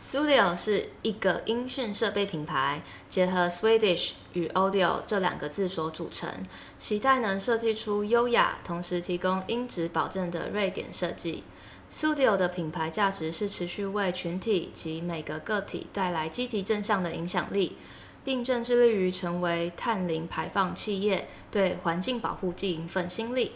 Studio 是一个音讯设备品牌，结合 Swedish 与 Audio 这两个字所组成，期待能设计出优雅，同时提供音质保证的瑞典设计。Studio 的品牌价值是持续为群体及每个个体带来积极正向的影响力，并正致力于成为碳零排放企业，对环境保护尽一份心力。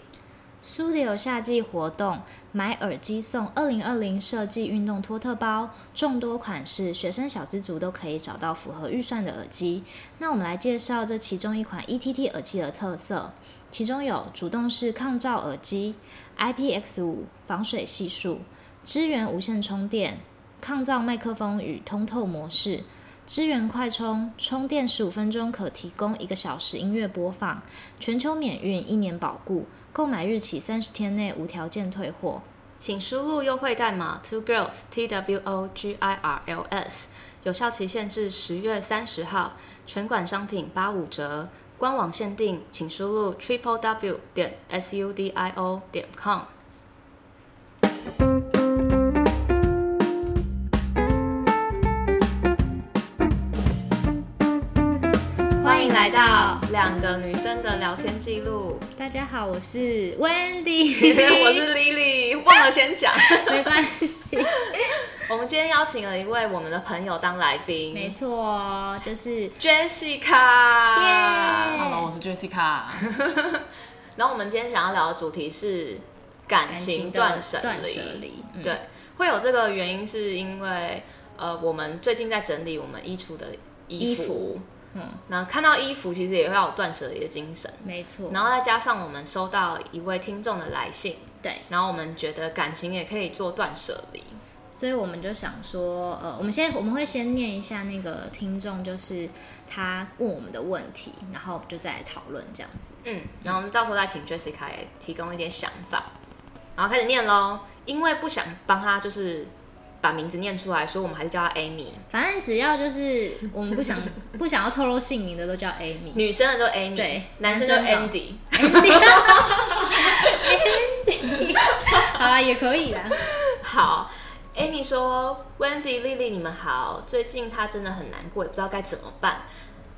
Studio 夏季活动，买耳机送2020设计运动托特包，众多款式，学生小资族都可以找到符合预算的耳机。那我们来介绍这其中一款 ETT 耳机的特色，其中有主动式抗噪耳机、IPX5 防水系数、支援无线充电、抗噪麦克风与通透模式。支援快充，充电十五分钟可提供一个小时音乐播放，全球免运，一年保固，购买日起三十天内无条件退货。请输入优惠代码 Two Girls T W O G I R L S，有效期限至十月三十号，全馆商品八五折。官网限定，请输入 triple w 点 s u d i o 点 com。欢迎来到两个女生的聊天记录， 大家好，我是我 Wendy，是 Lily，忘了先讲。没关系， 我们今天邀请了一位我们的朋友当来宾，没错哦，就是。 Jessica。啊耶 Hello，我是 Jessica。然后我们今天想要聊的主题是感情断断舍断离。舍离，嗯，对，会有这个原因是因为呃，我们最近在整理我们衣橱的衣衣服嗯，那看到衣服其实也会让我断舍离的精神。没错，然后再加上我们收到一位听众的来信，对，然后我们觉得感情也可以做断舍离。所以我们就想说，呃，我们先我们会先念一下那个听众，就是他问我们的问题，然后我们就再来讨论这样子。嗯，然后我们到时候再请 Jessica 也提供一点想法。然后开始念喽，因为不想帮他就是把名字念出来，所以我们还是叫他 Amy，反正只要就是我们 不想不想要透露姓名的，都叫 Amy。女生的就 Amy，对男生就男生 Andy。好啦，也可以啦。 好，Amy 说：“Wendy、丽丽，你们好。最近她真的很难过，也不知道该怎么办。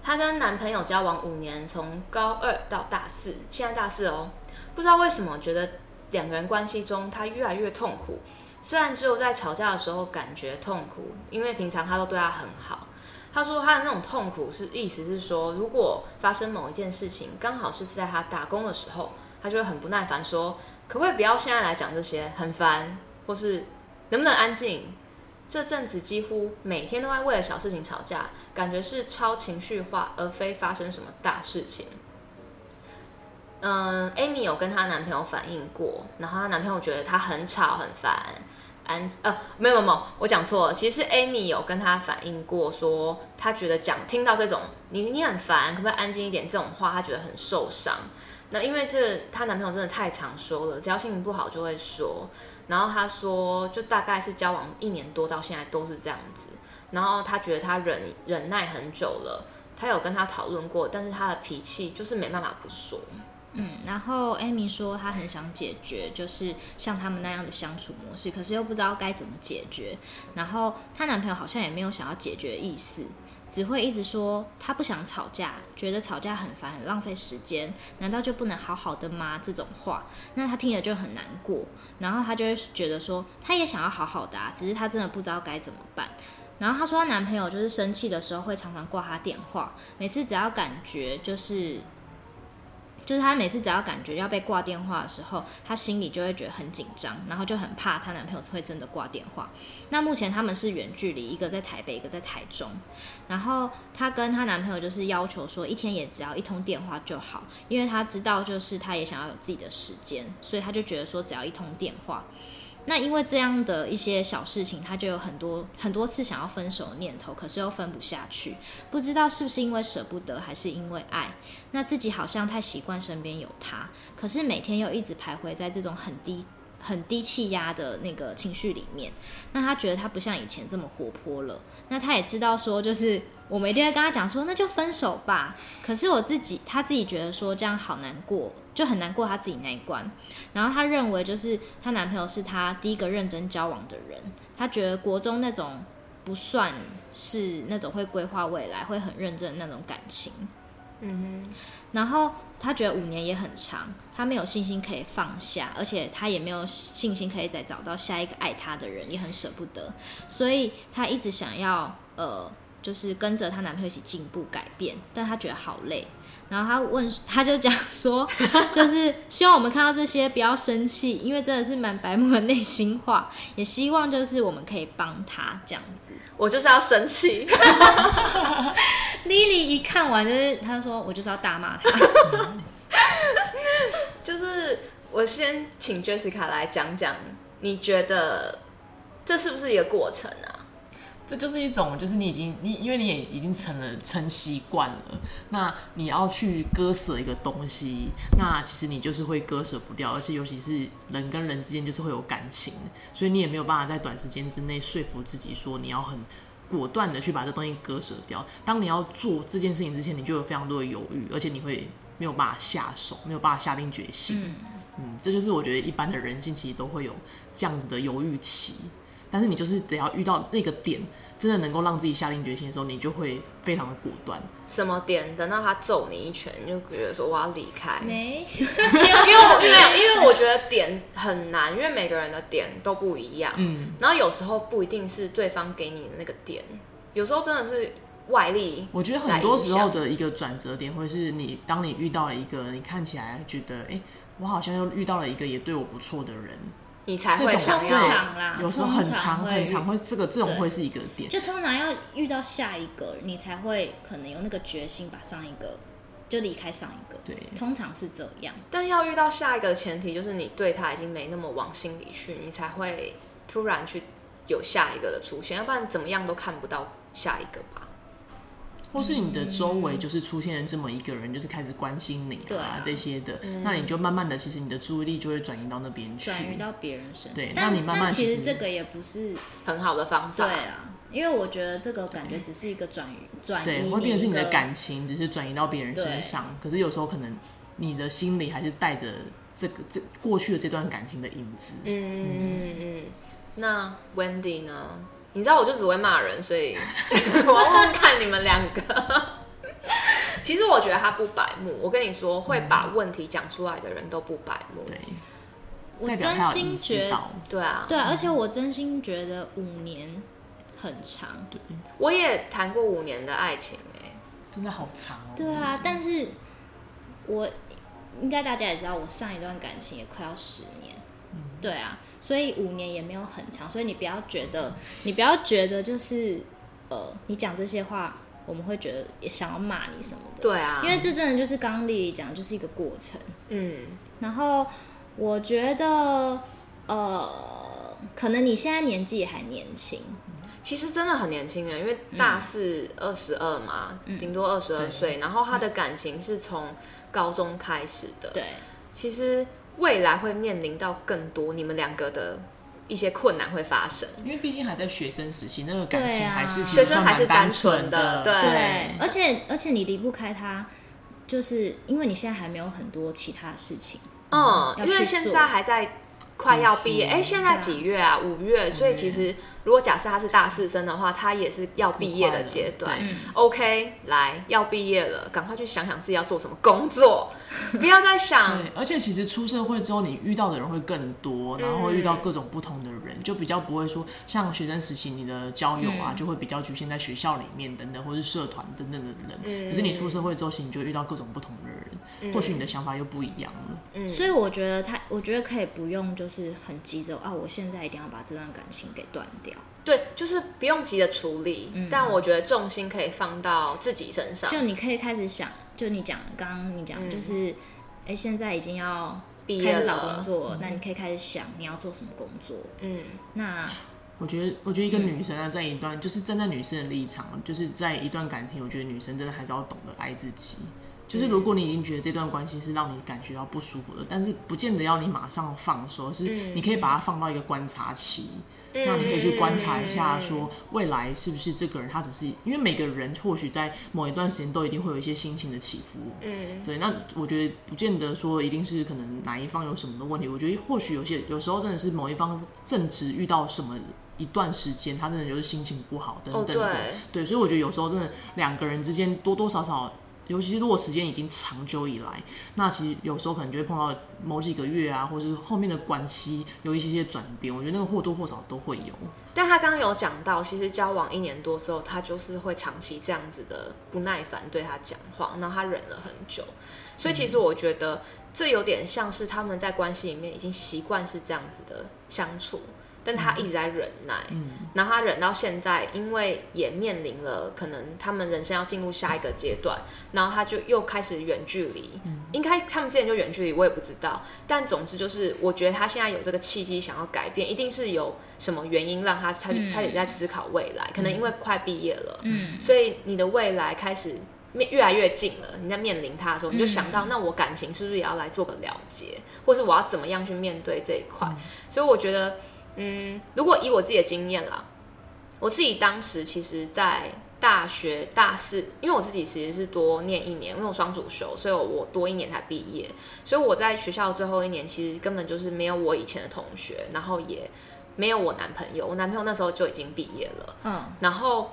她跟男朋友交往五年，从高二到大四，现在大四哦。不知道为什么，觉得两个人关系中，她越来越痛苦。虽然只有在吵架的时候感觉痛苦，因为平常她都对她很好。”她说她的那种痛苦是意思是说，如果发生某一件事情，刚好是在她打工的时候，她就会很不耐烦说，可不可以不要现在来讲这些，很烦，或是能不能安静？这阵子几乎每天都在为了小事情吵架，感觉是超情绪化，而非发生什么大事情。嗯，Amy 有跟她男朋友反映过，然后她男朋友觉得她很吵很烦。安呃，没有没有没有，我讲错了。其实是 Amy 有跟她反映过说她觉得讲听到这种你你很烦，可不可以安静一点这种话，她觉得很受伤。那因为这她男朋友真的太常说了，只要心情不好就会说。然后她说，就大概是交往一年多到现在都是这样子。然后她觉得她忍忍耐很久了，她有跟她讨论过，但是她的脾气就是没办法不说。嗯，然后 Amy 说她很想解决，就是像他们那样的相处模式，可是又不知道该怎么解决。然后她男朋友好像也没有想要解决的意思，只会一直说他不想吵架，觉得吵架很烦，很浪费时间，难道就不能好好的吗？这种话，那她听了就很难过，然后她就会觉得说，她也想要好好的啊，只是她真的不知道该怎么办。然后她说，她男朋友就是生气的时候会常常挂她电话，每次只要感觉就是就是她每次只要感觉要被挂电话的时候，她心里就会觉得很紧张，然后就很怕她男朋友会真的挂电话。那目前他们是远距离，一个在台北，一个在台中。然后她跟她男朋友就是要求说，一天也只要一通电话就好，因为她知道就是她也想要有自己的时间，所以她就觉得说只要一通电话。那因为这样的一些小事情，她就有很多很多次想要分手的念头，可是又分不下去，不知道是不是因为舍不得，还是因为爱。那自己好像太习惯身边有他，可是每天又一直徘徊在这种很低、很低气压的那个情绪里面。那他觉得他不像以前这么活泼了。那他也知道说，就是我们一定会跟他讲说，那就分手吧。可是我自己，他自己觉得说这样好难过，就很难过他自己那一关。然后她认为，就是她男朋友是她第一个认真交往的人，她觉得国中那种不算是那种会规划未来、会很认真的那种感情。嗯哼，然后他觉得五年也很长，他没有信心可以放下，而且他也没有信心可以再找到下一个爱他的人，也很舍不得，所以他一直想要呃，就是跟着她男朋友一起进步改变，但她觉得好累。然后她问，她就讲说，就是希望我们看到这些不要生气，因为真的是蛮白目的内心话，也希望就是我们可以帮她这样子。我就是要生气， Lily 一看完就是，她就说我就是要大骂她。就是我先请 Jessica 来讲讲，你觉得这是不是一个过程啊？这就是一种，就是你已经你因为你也已经成了成习惯了，那你要去割舍一个东西，那其实你就是会割舍不掉，而且尤其是人跟人之间就是会有感情，所以你也没有办法在短时间之内说服自己说你要很。果断的去把这东西割舍掉。当你要做这件事情之前，你就有非常多的犹豫，而且你会没有办法下手，没有办法下定决心。嗯，这就是我觉得一般的人性其实都会有这样子的犹豫期，但是你就是得要遇到那个点，真的能够让自己下定决心的时候，你就会非常的果断。什么点？等到他揍你一拳，你就觉得说我要离开？ 没，因为因为我没有，因为我觉得点很难，因为每个人的点都不一样。嗯，然后有时候不一定是对方给你的那个点，有时候真的是外力。我觉得很多时候的一个转折点，或是你当你遇到了一个你看起来觉得，哎、我好像又遇到了一个也对我不错的人，你啊才这会种想通要。常啦对，有时候很通常长会很长会这个这种对嗯会是一个点。就通常要遇到下一个，你才会可能有那个决心把上一个就离开上一个。对通常是这样。但要遇到下一个的前提就是你对他已经没那么往心里去，你才会突然去有下一个的出现，要不然怎么样都看不到下一个吧。或是你的周围就是出现了这么一个人，就是开始关心你对啊啊这些的，那你就慢慢的，其实你的注意力就会转移到那边去。转移到别人身上。对但那你慢慢但其其实实这个也不是很好的方对法，啊，因为我觉得这个感觉只是一个转移转移，对，会变成是你的觉。感情，只是转移到别人对身上。可是有时候可能你的心里还是带着这个这过去的这段感情的影子。嗯嗯嗯嗯。那 Wendy 呢？你知道我就只会骂人，所 以我要问问看你们两个。其实我觉得他不白目，我跟你说，会把问题讲出来的人都不白目。对，我代表真他有心意觉识得，到。对啊，对啊，而且我真心觉得五年很长。对，我也谈过五年的爱情、欸，真的好长哦。对啊，但是我应该大家也知道，我上一段感情也快要十年，对啊，所以五年也没有很长，所以你不要觉得，你不要觉得就是呃，你讲这些话，我们会觉得也想要骂你什么的，、对啊，因为这真的就是刚刚丽丽讲，就是一个过程。嗯，然后我觉得呃，可能你现在年纪也还年轻，其实真的很年轻人，因为大四二十二嘛，顶、多二十二岁，然后他的感情是从高中开始的，对，其实未来会面临到更多你们两个的一些困难会发生，因为毕竟还在学生时期，那个感对情啊还是其学实生算还是蛮单单纯的的。对对，嗯而且而且你离不开他，就是因为你现在还没有很多其他的事情。嗯，要因为去现做在还在。快要毕业，读哎、书现在几月啊？五月，所以其实如果假设他是大四生的话，他也是要毕业的阶段。对 OK，来要毕业了，赶快去想想自己要做什么工作，不要再想对，而且其实出社会之后，你遇到的人会更多，然后会遇到各种不同的人，就比较不会说像学生时期你的交友啊，就会比较局限在学校里面等等，或是社团等等的人。可是你出社会之后，其实你就会遇到各种不同的人，或许你的想法又不一样了。嗯所以我觉得他，我觉得可以不用，就是很急着啊，我现在一定要把这段感情给断掉，对，就是不用急着处理，但我觉得重心可以放到自己身上。嗯就你可以开始想，就你讲刚刚你讲，就是哎、诶现在已经要嗯毕业开了，始找工作，那你可以开始想你要做什么工作。嗯， 那我觉得，我觉得一个女生啊，在一段就是站在女生的立场，就是在一段感情，我觉得女生真的还是要懂得爱自己。就是如果你已经觉得这段关系是让你感觉到不舒服的，但是不见得要你马上放手，是你可以把它放到一个观察期，嗯那你可以去观察一下，说未来是不是这个人他只是因为每个人或许在某一段时间都一定会有一些心情的起伏，嗯，对，那我觉得不见得说一定是可能哪一方有什么的问题，我觉得或许有些有时候真的是某一方正值遇到什么一段时间，他真的就是心情不好等哦对等的，对，所以我觉得有时候真的两个人之间多多少少。尤其是如果时间已经长久以来，那其实有时候可能就会碰到某几个月啊，或是后面的关系有一些些转变，我觉得那个或多或少都会有。但他刚刚有讲到，其实交往一年多之后，他就是会长期这样子的不耐烦对他讲话，然后他忍了很久，嗯所以其实我觉得这有点像是他们在关系里面已经习惯是这样子的相处，但他一直在忍耐，嗯，然后他忍到现在，因为也面临了可能他们人生要进入下一个阶段，然后他就又开始远距离。嗯应该他们之前就远距离，我也不知道。但总之就是，我觉得他现在有这个契机想要改变，一定是有什么原因让他他嗯他也在思考未来，可能因为快毕业了，嗯，所以你的未来开始。面越来越近了，你在面临他的时候，你就想到，那我感情是不是也要来做个了结，或是我要怎么样去面对这一块？所以我觉得，嗯，如果以我自己的经验啦，我自己当时其实，在大学大四，因为我自己其实是多念一年，因为我双主修，所以我多一年才毕业，所以我在学校最后一年，其实根本就是没有我以前的同学，然后也没有我男朋友，我男朋友那时候就已经毕业了，嗯然后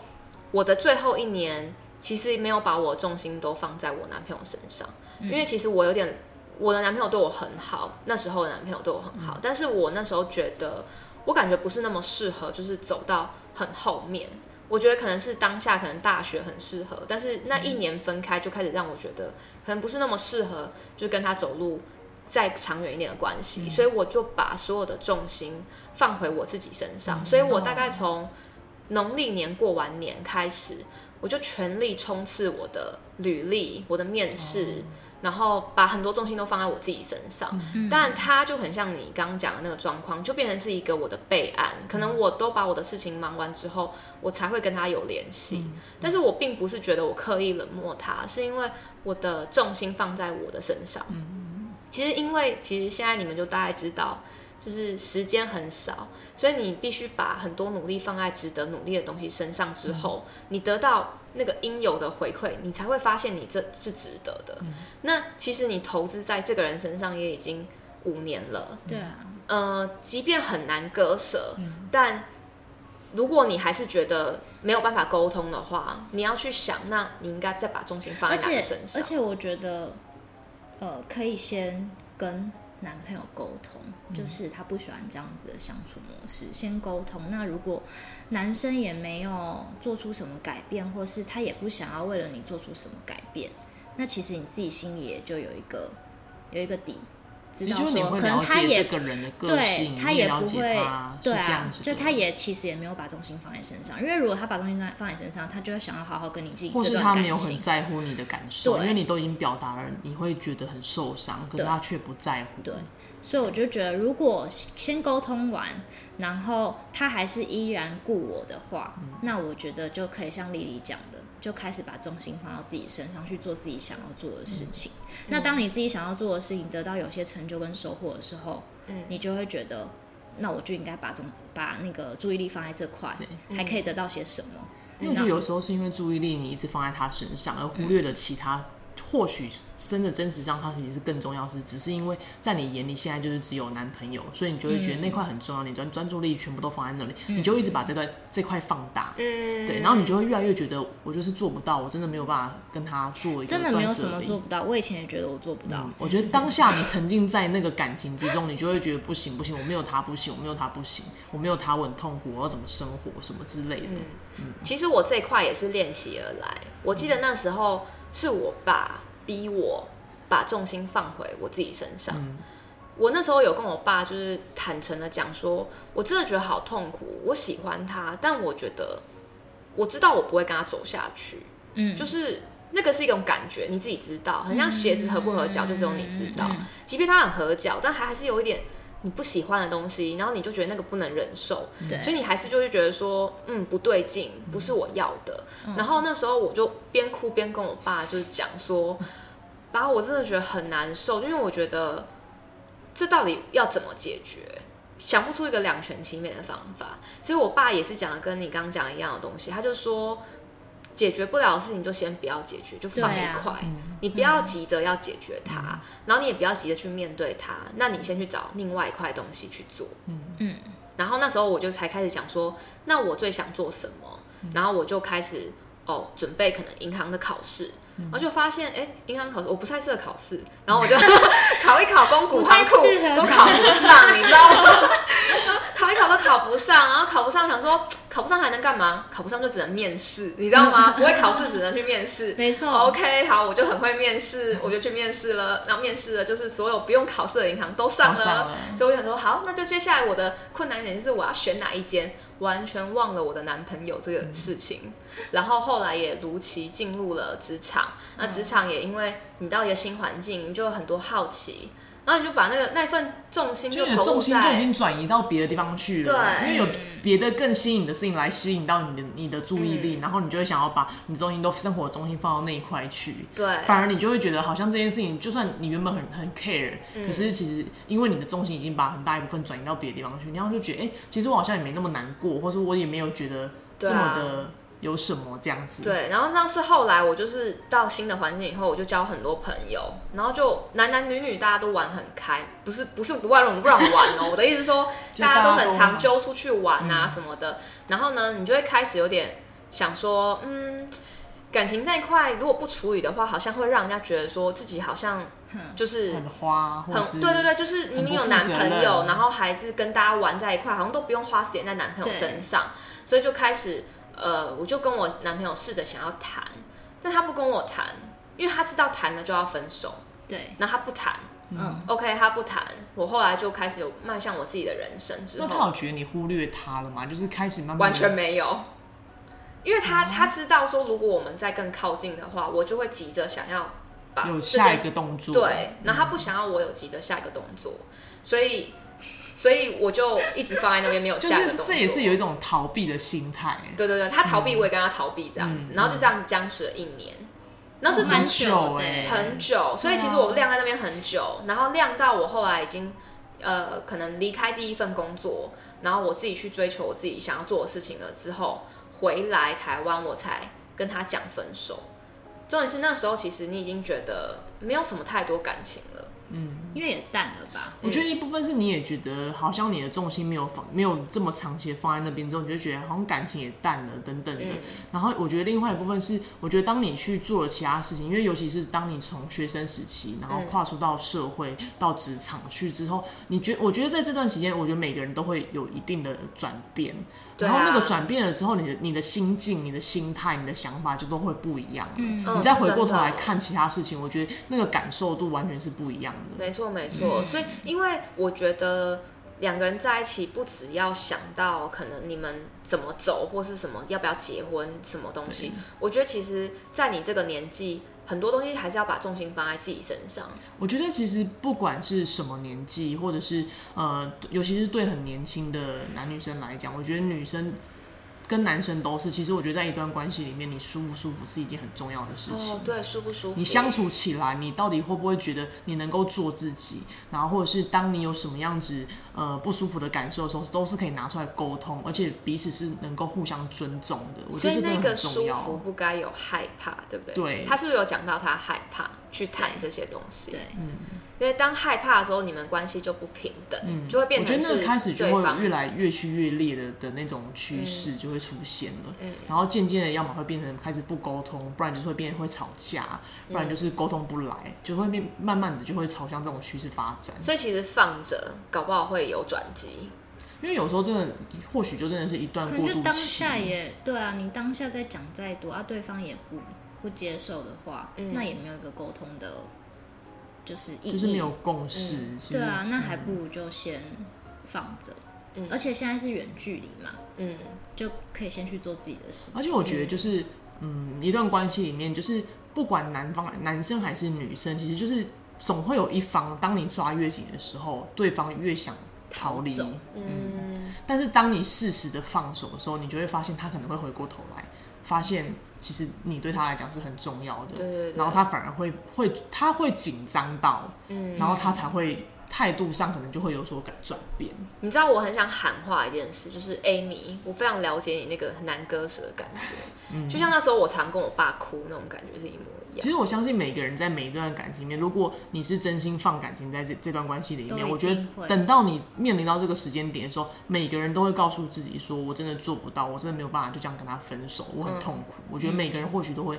我的最后一年其实没有把我的重心都放在我男朋友身上，因为其实我有点我的男朋友对我很好，那时候的男朋友对我很好，但是我那时候觉得我感觉不是那么适合，就是走到很后面。我觉得可能是当下，可能大学很适合，但是那一年分开就开始让我觉得可能不是那么适合，就跟他走路再长远一点的关系，所以我就把所有的重心放回我自己身上，所以我大概从农历年过完年开始，我就全力冲刺我的履历、我的面试，然后把很多重心都放在我自己身上。但它就很像你刚刚讲的那个状况，就变成是一个我的备案。可能我都把我的事情忙完之后，我才会跟他有联系。但是我并不是觉得我刻意冷漠他，是因为我的重心放在我的身上。其实因为其实现在你们就大概知道，就是时间很少，所以你必须把很多努力放在值得努力的东西身上之后，嗯你得到那个应有的回馈，你才会发现你这是值得的。嗯那其实你投资在这个人身上也已经五年了，对啊，呃，即便很难割舍，嗯但如果你还是觉得没有办法沟通的话，你要去想，那你应该再把重心放在而哪且个身上而？且我觉得，呃，可以先跟男朋友沟通，嗯就是他不喜欢这样子的相处模式，先沟通。那如果男生也没有做出什么改变，或是他也不想要为了你做出什么改变，那其实你自己心里也就有一个有一个底，知也道就是你说会可了能他解也这个人的个对性，他你也了不解会他是对这啊样，子就的他也其实也没有把重心放在身上，因为如果他把重心放放在身上，他就会想要好好跟你进或这是段他没有感很情。在乎你的感受，对因为你都已经表达了，你会觉得很受伤，可是对他却不在乎。对，所以我就觉得，如果先沟通完，然后他还是依然顾我的话，嗯那我觉得就可以像丽丽讲的，就开始把重心放到自己身上去做自己想要做的事情。嗯那当你自己想要做的事情得到有些成就跟收获的时候，嗯你就会觉得。那我就应该把重把那个注意力放在这块，还可以得到些什么？因为我觉得有时候是因为注意力你一直放在他身上，而忽略了其他。或许真的真实上，他其实是更重要的是，只是因为在你眼里现在就是只有男朋友，所以你就会嗯觉得那块很重要，你专专注力全部都放在那里，你就一直把这个这块放大，嗯，对，然后你就会越来越觉得我就是做不到，我真的没有办法跟他做嗯一个真的没有断舍什么离做不到。我以前也觉得我做不到，嗯我觉得当下你沉浸在那个感情之中，你就会觉得不行不行，我没有他不行，我没有他不行，我没有他我很痛苦，我要怎么生活什么之类的。其实我这一块也是练习而来。我记得那时候是我爸逼我把重心放回我自己身上。嗯我那时候有跟我爸就是坦诚的讲说，我真的觉得好痛苦，我喜欢他，但我觉得我知道我不会跟他走下去，嗯，就是那个是一种感觉，你自己知道，很像鞋子合不合脚，就只有你知道。嗯即便它很合脚，但还还是有一点你不喜欢的东西，然后你就觉得那个不能忍受，对所以你还是就会觉得说，嗯，不对劲，不是我要的。嗯然后那时候我就边哭边跟我爸就是讲说， 爸，我真的觉得很难受，因为我觉得这到底要怎么解决？想不出一个两全其美的方法。所以我爸也是讲的跟你刚讲一样的东西，他就说。解决不了的事情就先不要解决，就放一对啊块，你不要急着要解决它，然后你也不要急着去面对它，那你先去找另外一块东西去做。嗯，然后那时候我就才开始讲说，那我最想做什么？嗯然后我就开始哦，准备可能银行的考试，嗯然后就发现哎，银行考试我不太适合考试，然后我就 考一考公股不太汤库适合都考考不上，你知道吗？ 考一考都考不上，然后考不上想说考不上还能干嘛？考不上就只能面试，你知道 吗？不会考试只能去面试，没错 OK，好，我就很会面试，我就去面试了。然后面试了，就是所有不用考试的银行都上了。都上了所以我想说，好，那就接下来我的困难点就是我要选哪一间，完全忘了我的男朋友这个事嗯情。然后后来也如期进入了职场，嗯那职场也因为你到一个新环境，你就有很多好奇，然后你就把那个那份重心就就你的投入重心就已在经转移到别的地方去了，对因为有别的更吸引的事情来吸引到你的你的注意力，然后你就会想要把你的重心都生活的重心放到那一块去。对反而你就会觉得好像这件事情，就算你原本很很 care，、可嗯是其实因为你的重心已经把很大一部分转移到别的地方去，然后就觉得哎、诶其实我好像也没那么难过，或者我也没有觉得对这啊么的有什么这样子。对，然后那是后来我就是到新的环境以后，我就交很多朋友，然后就男男女女大家都玩很开，不是不是不外乱乱玩哦，我的意思是说 就大家都大家很都常玩嗯揪出去玩啊什么的，然后呢，你就会开始有点想说，嗯，感情这一块如果不处理的话，好像会让人家觉得说自己好像就是很花，或者是很对对对，就是明明有男很不朋负责友，任然后还是跟大家玩在一块，好像都不用花时间在男朋友身上，所以就开始呃，我就跟我男朋友试着想要谈，但他不跟我谈，因为他知道谈了就要分手，对，然后他不谈嗯， ，OK，他不谈，我后来就开始有迈向我自己的人生之那他后，有觉得你忽略他了吗？就是开始慢慢完全没有。因为嗯他他知道说，如果我们再更靠近的话，我就会急着想要把有这下件一个动作，对，然嗯后他不想要我有急着下一个动作，所以所以我就一直放在那边没有就下一个是动作。这也是有一种逃避的心态，对对对，他逃避我也跟他逃避这样子，嗯然后就这样子僵持了一年，然后这哦蛮中久的欸啊哎，很久，所以其实我晾在那边很久，然后晾到我后来已经呃可能离开第一份工作，然后我自己去追求我自己想要做的事情了之后，回来台湾我才跟他讲分手。重点是那时候其实你已经觉得没有什么太多感情了。因为也淡了吧，我觉得一部分是你也觉得好像你的重心没有放，没有这么长期地放在那边之后，你就觉得好像感情也淡了等等的。嗯然后我觉得另外一部分是，我觉得当你去做了其他事情，因为尤其是当你从学生时期，然后嗯跨出到社会、到职场去之后，你觉我觉得在这段期间，我觉得每个人都会有一定的转变。对然啊后那个转变了之后，你的你的心境、你的心态、你的想法就都会不一样了。嗯你再回过是真头的来看其他事情，我觉得那个感受度完全是不一样的。没错，没嗯错。所以，因为我觉得两个人在一起，不只要想到可能你们怎么走，或是什么要不要结婚，什么东西。我觉得其实，在你这个年纪，很多东西还是要把重心放在自己身上。我觉得其实不管是什么年纪，或者是呃，尤其是对很年轻的男女生来讲，我觉得女生跟男生都是，其实我觉得在一段关系里面，你舒不舒服是一件很重要的事情。哦，对，舒不舒服？你相处起来，你到底会不会觉得你能够做自己？然后或者是当你有什么样子呃不舒服的感受的时候，都是可以拿出来沟通，而且彼此是能够互相尊重的。我所觉得以这真那的个很重舒要。服不该有害怕，对不对？对他是不是有讲到他害怕去谈这些东西？对，嗯因为当害怕的时候，你们关系就不平等，就会变嗯我成觉是得那个开始就对方会越来越趋越烈的的那种趋嗯势就会出现了，然后渐渐的，要么会变成开始不沟通，不然就是会变会吵架，嗯不然就是沟通不来，就会变慢慢的就会朝向这种趋势发展。所以其实放着，搞不好会有转机。因为有时候真的，或许就真的是一段可能过就渡当期下。也对啊，你当下再讲再多啊，对方也不不接受的话，嗯那也没有一个沟通的，就是意义，就是没有嗯共识，是对啊，那还不如就先放着，嗯而且现在是远距离嘛，嗯，就可以先去做自己的事情，而且我觉得就是，嗯，一段关系里面，就是不管男方男生还是女生，其实就是总会有一方，当你抓越紧的时候，对方越想逃离。逃走嗯，但是当你适时的放手的时候，你就会发现他可能会回过头来，发现其实你对他来讲是很重要的，对对对然后他反而会会他会紧张到，嗯然后他才会态度上可能就会有所改转变。你知道我很想喊话一件事，就是 Amy，我非常了解你那个很难割舍的感觉，就像那时候我常跟我爸哭那种感觉是一模一样。嗯其实我相信每个人在每一段感情里面，如果你是真心放感情在这这段关系里都一面，定我觉得会等到你面临到这个时间点的时候，每个人都会告诉自己说，我真的做不到，我真的没有办法就这样跟他分手，我很痛苦。我觉得每个人或许都会，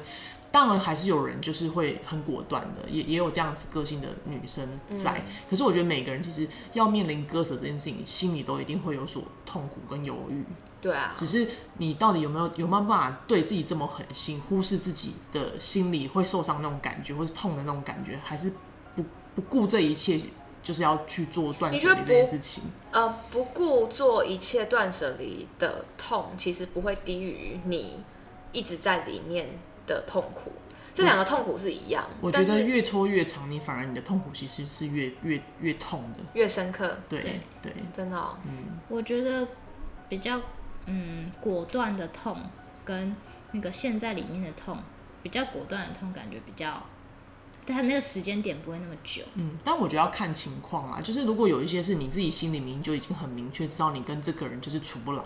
当然还是有人就是会很果断的，也也有这样子个性的女生在。可是我觉得每个人其实要面临割舍这件事情，心里都一定会有所痛苦跟犹豫。对啊，只是你到底有没有有没有办法对自己这么狠心，忽视自己的心里会受伤那种感觉，或是痛的那种感觉，还是不不顾这一切，就是要去做断舍离你觉得不这件事情？呃，不顾做一切断舍离的痛，其实不会低于你一直在里面的痛苦。这两个痛苦是一样，我觉但得是越拖越长，你反而你的痛苦其实是越越越痛的。越深刻，对对对，真的、哦。我觉得比较嗯果断的痛跟那个陷在里面的痛，比较果断的痛感觉比较，但它那个时间点不会那么久。嗯，但我觉得要看情况啦。就是如果有一些是你自己心里明就已经很明确知道你跟这个人就是处不来，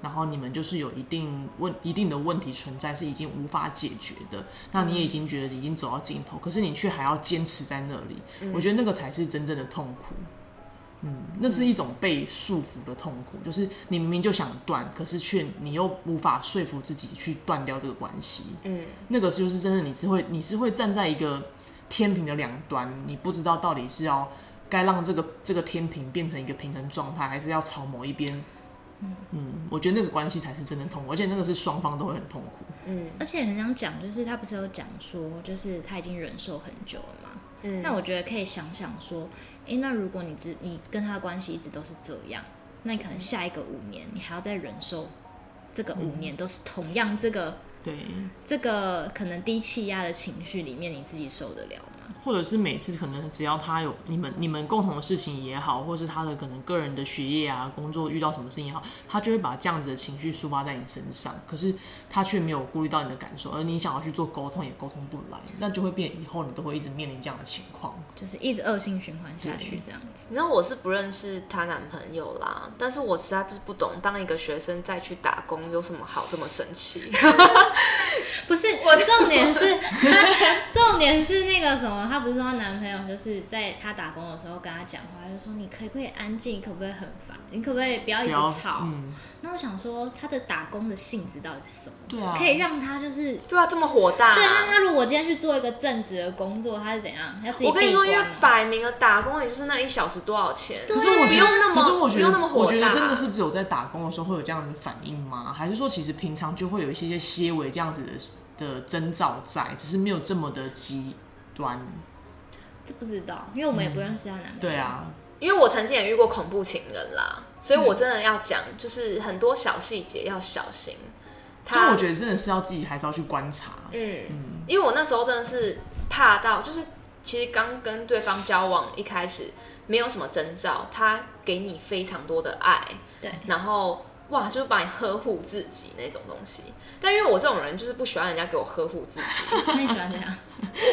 然后你们就是有一定问一定的问题存在，是已经无法解决的，那你也已经觉得已经走到尽头，可是你却还要坚持在那里，我觉得那个才是真正的痛苦。嗯，那是一种被束缚的痛苦，就是你明明就想断，可是却你又无法说服自己去断掉这个关系。嗯，那个就是真的，你是会你是会站在一个天平的两端，你不知道到底是要该让这个这个天平变成一个平衡状态，还是要朝某一边。嗯，我觉得那个关系才是真的痛苦，而且那个是双方都会很痛苦。嗯而且很想讲，就是他不是有讲说，就是他已经忍受很久了嘛。嗯，那我觉得可以想想说，诶，那如果你只你跟他的关系一直都是这样，那你可能下一个五年，你还要再忍受这个五年都是同样这个对，这个可能低气压的情绪里面，你自己受得了吗？或者是每次可能只要他有你们你们共同的事情也好，或是他的可能个人的学业啊、工作遇到什么事情也好，他就会把这样子的情绪抒发在你身上，可是他却没有顾虑到你的感受，而你想要去做沟通也沟通不来，那就会变以后你都会一直面临这样的情况。就是一直恶性循环下去对这样子。你知道我是不认识她男朋友啦，但是我实在不是不懂，当一个学生再去打工有什么好这么生气？ 不是，重点是 重点是那个什么，她不是说她男朋友就是在她打工的时候跟她讲话，就说你可不可以安静，可不可以很烦，你可不可以不啊要一直不要吵？嗯，那我想说，他的打工的性质到底是什么？对啊可以让他就是。对啊，这么火大、对，那他如果今天去做一个正职的工作，他是怎样？要自己我跟你闭说，关因为哦摆明了打工也就是那一小时多少钱，对啊可是我啊不觉得，用那么可是我不觉用得那么火大啊我觉得真的是只有在打工的时候会有这样的反应吗？还是说其实平常就会有一些些些微这样子的的征兆在，只是没有这么的极端？这不知道，因为我们也不认识他男朋友。对，啊，因为我曾经也遇过恐怖情人啦，所以嗯我真的要讲，就是很多小细节要小心。就我觉得真的是要自己还是要去观察。嗯，因为我那时候真的是怕到，就是其实刚跟对方交往一开始没有什么征兆，他给你非常多的爱，对，然后哇，就是把你呵护自己那种东西。但因为我这种人就是不喜欢人家给我呵护自己，那你喜欢怎 样？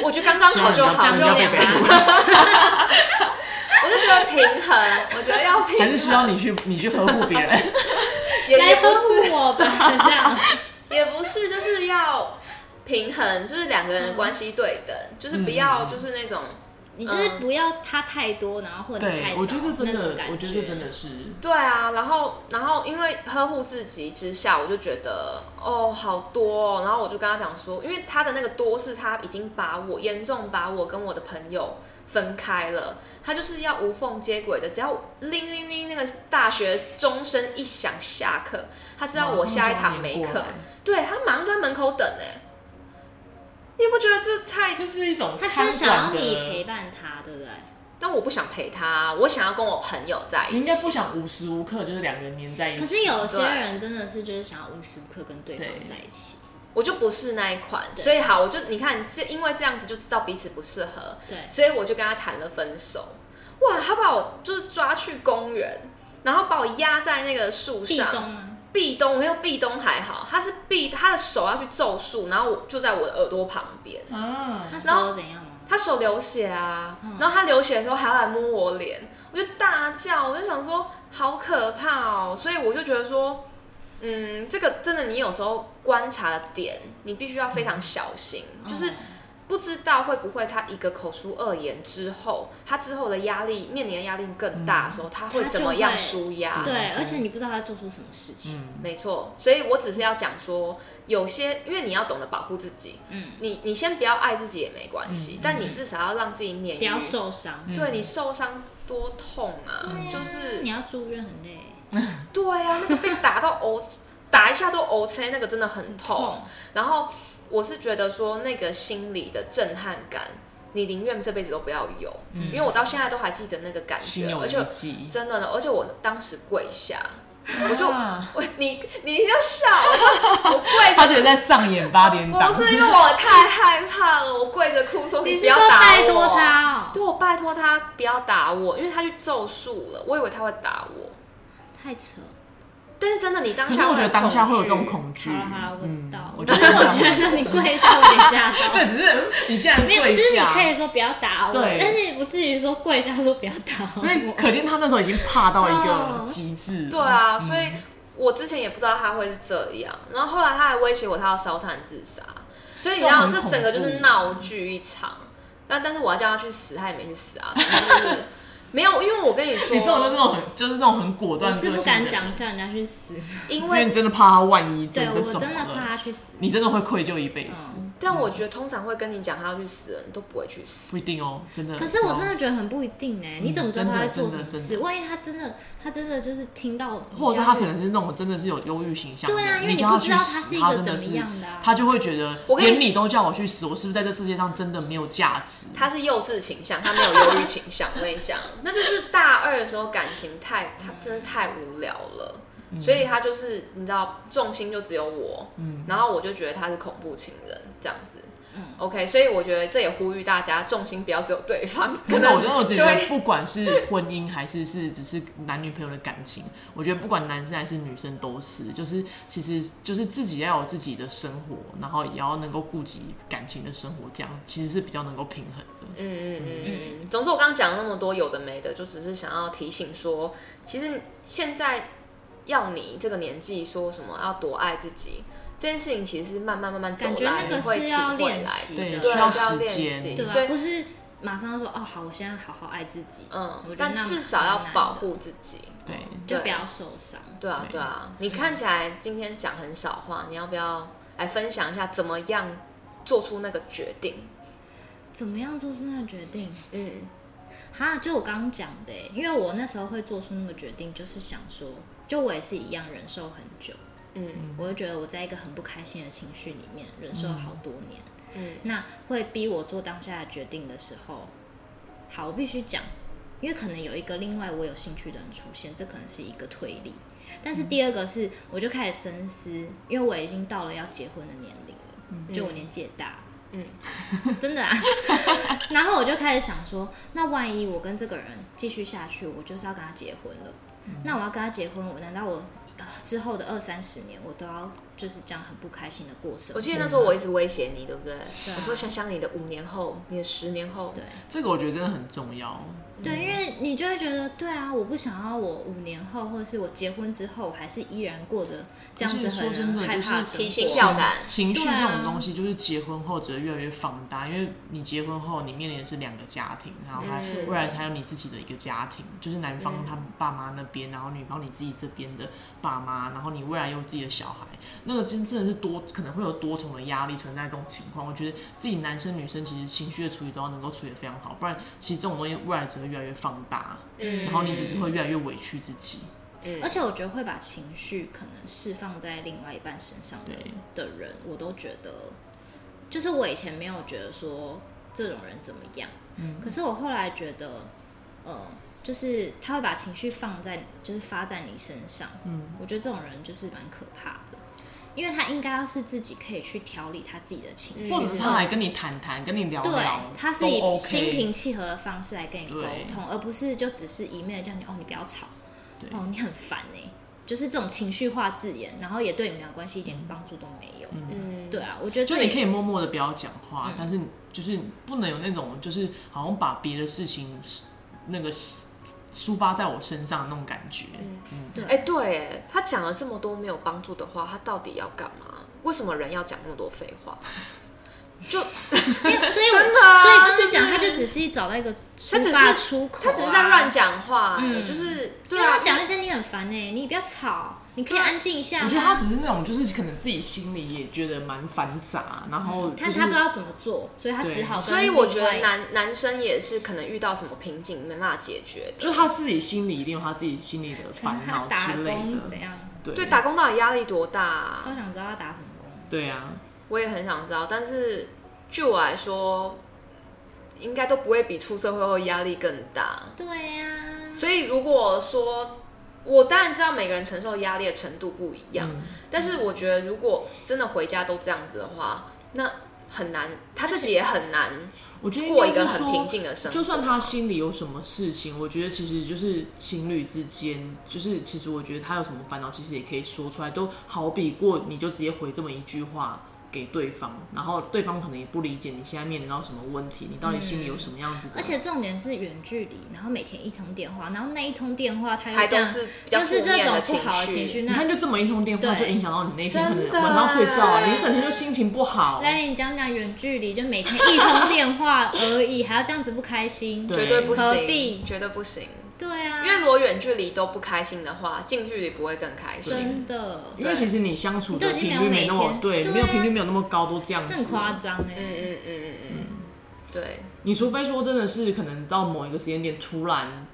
我我觉得刚刚好就好，上想就人家被两我背叛就觉得平衡，我觉得要平还衡是，需要你 去你去呵护别人？也也 来不呵是护我吧，这 样。也不是，就是要平衡，就是两个人的关系对等，就是不要就是那种。你就是不要他太多，然后或者太对，少。我觉得这真那的种感，我觉得这真的是，对啊，然后然后因为呵护自己之下，我就觉得哦好多、哦，然后我就跟他讲说，因为他的那个多是他已经把我严重把我跟我的朋友分开了，他就是要无缝接轨的，只要铃铃铃那个大学钟声一响下课，他知道我下一堂没马上就课要黏，对他马上就在门口等哎、你不觉得这太过来，这是一种他就是贪想要婪你的陪伴他，对不对？但我不想陪他，我想要跟我朋友在一起。你应该不想无时无刻就是两个人黏在一起。可是有些人真的是就是想要无时无刻跟对方对在一起。我就不是那一款，对所以好，我就你看，这因为这样子就知道彼此不适合，对所以我就跟他谈了分手。哇，他把我就是抓去公园，然后把我压在那个树壁上，咚吗？壁咚，没有壁咚还好，他是壁，他的手要去咒术，然后我就在我的耳朵旁边，啊，他 然后手怎样吗？他手流血啊，嗯然后他流血的时候还要来摸我脸，我就大叫，我就想说好可怕哦，所以我就觉得说，嗯，这个真的你有时候观察的点，你必须要非常小心，嗯就是。不知道会不会他一个口出恶言之后，他之后的压力面临的压力更大的时候，他会嗯他就怎么样会舒压？对，嗯而且你不知道他做出什么事情。嗯，没错，所以我只是要讲说，有些因为你要懂得保护自己，嗯，你你先不要爱自己也没关系，嗯但你至少要让自己免于不要受伤。对你受伤多痛啊，嗯就是你要住院很累，对啊，那个被打到呕， 打一下都呕车，那个真的很痛。痛然后我是觉得说，那个心理的震撼感，你宁愿这辈子都不要有，因为我到现在都还记得那个感心觉，有而余且悸。真的呢，而且我当时跪下，我就。啊我你你一定要笑，啊我我跪着 他觉得在上演八点档，不是因为 我太害怕了，我跪着哭说不是要说打我，拜托他哦，对我拜托他不要打我，因为他去咒术了，我以为他会打我，太扯。但是真的你当可是下我觉得当下会有有这种恐惧。好了好了，我知道嗯，我只是我觉得你跪下我有点吓到。 对，只是你竟然没有，就跪是你下，可以说不要打我，对但是不至于说跪下说不要打我。嗯所以可见他那时候已经怕到一个极致。对，啊，嗯所以我之前也不知道他会是这样，然后后来他还威胁我他要烧炭自杀，所以你知道这这很恐怖欸整个就是闹剧一场。但但是我要叫他去死，他也没去死啊，就是 没有，因为我跟你说，你这种就是那种很就是那种很果断我个性是的人，不敢讲叫人家去死，因因为为你真的怕他万一对真的我怎真么的怕了，他去死。你真的会愧疚一辈子，嗯但我觉得通常会跟你讲他要去死的人都不会去死。不一定哦，真的。可是我真的觉得很不一定哎、你怎么知道他在做什么嗯真的真事？万一他真的，他真的就是听到，或者是他可能是那种真的是有忧郁倾向的对人，啊因为叫他你不知去道他死，是一他个真的怎么是样的啊他就会觉得我跟你连你都叫我去死，我是不是在这世界上真的没有价值？他是幼稚倾向，他没有忧郁倾向。我跟你讲，那就是大二的时候感情太，他真的太无聊了，嗯所以他就是你知道，重心就只有我，嗯然后我就觉得他是恐怖情人这样子。OK，所以我觉得这也呼吁大家，重心不要只有对方，可真的，能我觉得我觉就得会不管是婚姻还是是只是男女朋友的感情，我觉得不管男生还是女生都是，就是其实就是自己要有自己的生活，然后也要能够顾及感情的生活，这样其实是比较能够平衡的。嗯嗯嗯嗯嗯。总之，我刚刚讲了那么多有的没的，就只是想要提醒说，其实现在要你这个年纪说什么要多爱自己，这件事情其实是慢慢慢慢走感觉来，那个你会是体要会来练的。习对啊的，对，需要要时练间习对所吧？以不是马上说哦，好，我现在好好爱自己，嗯我觉得，但那至少蛮要难保的护自己。对，就对不要受伤。对啊，对对啊，你看起来今天讲很少话，你要不要来分享一下怎么样做出那个决定？怎么样做出那个决定？嗯，哈，就我刚刚讲的欸，因为我那时候会做出那个决定，就是想说，就我也是一样忍受很久，嗯我就觉得我在一个很不开心的情绪里面忍受了好多年，嗯那会逼我做当下的决定的时候，好，我必须讲，因为可能有一个另外我有兴趣的人出现，这可能是一个推力。但是嗯第二个是，我就开始深思，因为我已经到了要结婚的年龄了，就我年纪也大了。嗯，真的啊。 然后我就开始想说，那万一我跟这个人继续下去，我就是要跟他结婚了。嗯那我要跟他结婚，我难道我、啊之后的二三十年，我都要就是这样很不开心的过生活？我记得那时候我一直威胁你，对不对？啊对啊我说想想你的五年后，你的十年后，对，这个我觉得真的嗯很重要。对，因为你就会觉得，对啊，我不想要我五年后，或者是我结婚之后，我还是依然过着这样子就是说真很的害怕生活。就是提心吊胆情绪对啊这种东西，就是结婚后只会越来越放大，因为你结婚后你面临的是两个家庭，然后还嗯未来才有你自己的一个家庭，就是男方嗯他爸妈那边，然后女方你自己这边的爸妈，然后你未来又有自己的小孩，那个真真的是多可能会有多重的压力存在这种情况。我觉得自己男生女生其实情绪的处理都要能够处理的非常好，不然其实这种东西未来只会越来越放大，嗯然后你只是会越来越委屈自己。嗯而且我觉得会把情绪可能释放在另外一半身上的对的人，我都觉得，就是我以前没有觉得说这种人怎么样，嗯可是我后来觉得，呃，就是他会把情绪放在，就是发在你身上，嗯，我觉得这种人就是蛮可怕的，因为他应该要是自己可以去调理他自己的情绪，或者是他来跟你谈谈，跟你聊嗯对聊，，他是都以 OK 心平气和的方式来跟你沟对通，而不是就只是一面的叫你哦，你不要吵对，哦，你很烦哎、就是这种情绪化字眼，然后也对你们俩关系一点帮助都没有。嗯，对，啊，嗯我觉得就这你可以以默默的不要讲话，但是就是不能有那种就是好像把别的事情那个抒发在我身上的那种感觉。嗯对哎、对，哎，他讲了这么多没有帮助的话，他到底要干嘛？为什么人要讲那么多废话？就没有， 所以我真的啊所以刚刚就讲，是他就只是找到一个他只抒是发出口啊、他只是在乱讲话、嗯就是对对啊，啊他，讲那些你很烦呢、欸你不要吵，你可以对啊安静一下吗。我觉得他只是那种，就是可能自己心里也觉得蛮繁杂，然后嗯就他是他不知道怎么做，所以他对只好跟所以我觉另外得一男男生也是可能遇到什么瓶颈没办法解决的，就是他自己心里一定有他自己心里的可烦能他恼打之类工的怎。样，对对打工到底压力多大、超想知道他打什么工。对啊，我也很想知道，但是据我来说，应该都不会比出社会后压力更大。对呀、所以如果说，我当然知道每个人承受压力的程度不一样，嗯但是我觉得如果真的回家都这样子的话，那很难，他自己也很难我觉得应过该一是个很说平静的生活。就算他心里有什么事情，我觉得其实就是情侣之间，就是其实我觉得他有什么烦恼，其实也可以说出来，都好比过你就直接回这么一句话给对方，然后对方可能也不理解你现在面临到什么问题，你到底心里有什么样子的。而且重点是远距离，然后每天一通电话，然后那一通电话他还又这都样，是比较又是负这面种的不好的情情绪，绪。你那看，就这么一通电话，就对影响到你那一天可能真的晚上睡觉啊，对你一整天就心情不好。来你讲讲远距离，就每天一通电话而已，还要这样子不开心？对绝对不何必行，绝对不行。对啊，因为如果远距离都不开心的话，近距离不会更开心。真的因为其实你相处你都的已经频没有率没那每么天对，对啊没有频率没有那么高，都这样子了。啊更夸张哎。嗯嗯嗯嗯嗯，对，你除非说真的是可能到某一个时间点突然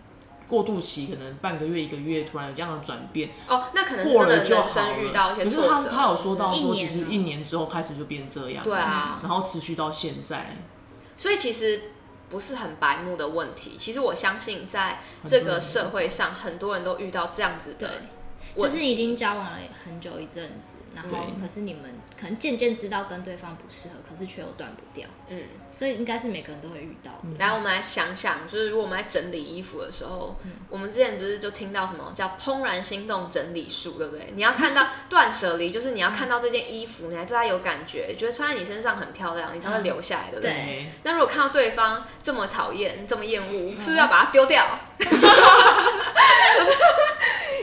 过渡期，可能半个月一个月突然有这样的转变，哦，那可能是过真的了就人好生了。遇到一些可是挫他折。他有说到一说，年其实啊一年之后开始就变这样，对，啊，然后持续到现在，所以其实不是很白目的问题。其实我相信，在这个社会上，很多人都遇到这样子对的，就问是题。已经交往了很久一阵子，然后对可是你们可能渐渐知道跟对方不适合，可是却又断不掉，嗯，这应该是每个人都会遇到的。嗯来，我们来想想，就是如果我们在整理衣服的时候，我们之前不是就听到什么叫“怦然心动整理术”，对不对？你要看到断舍离，就是你要看到这件衣服，你还对它有感觉，觉得穿在你身上很漂亮，你才会留下来，对不对？对哎那如果看到对方这么讨厌、这么厌恶，是不是要把它丢掉？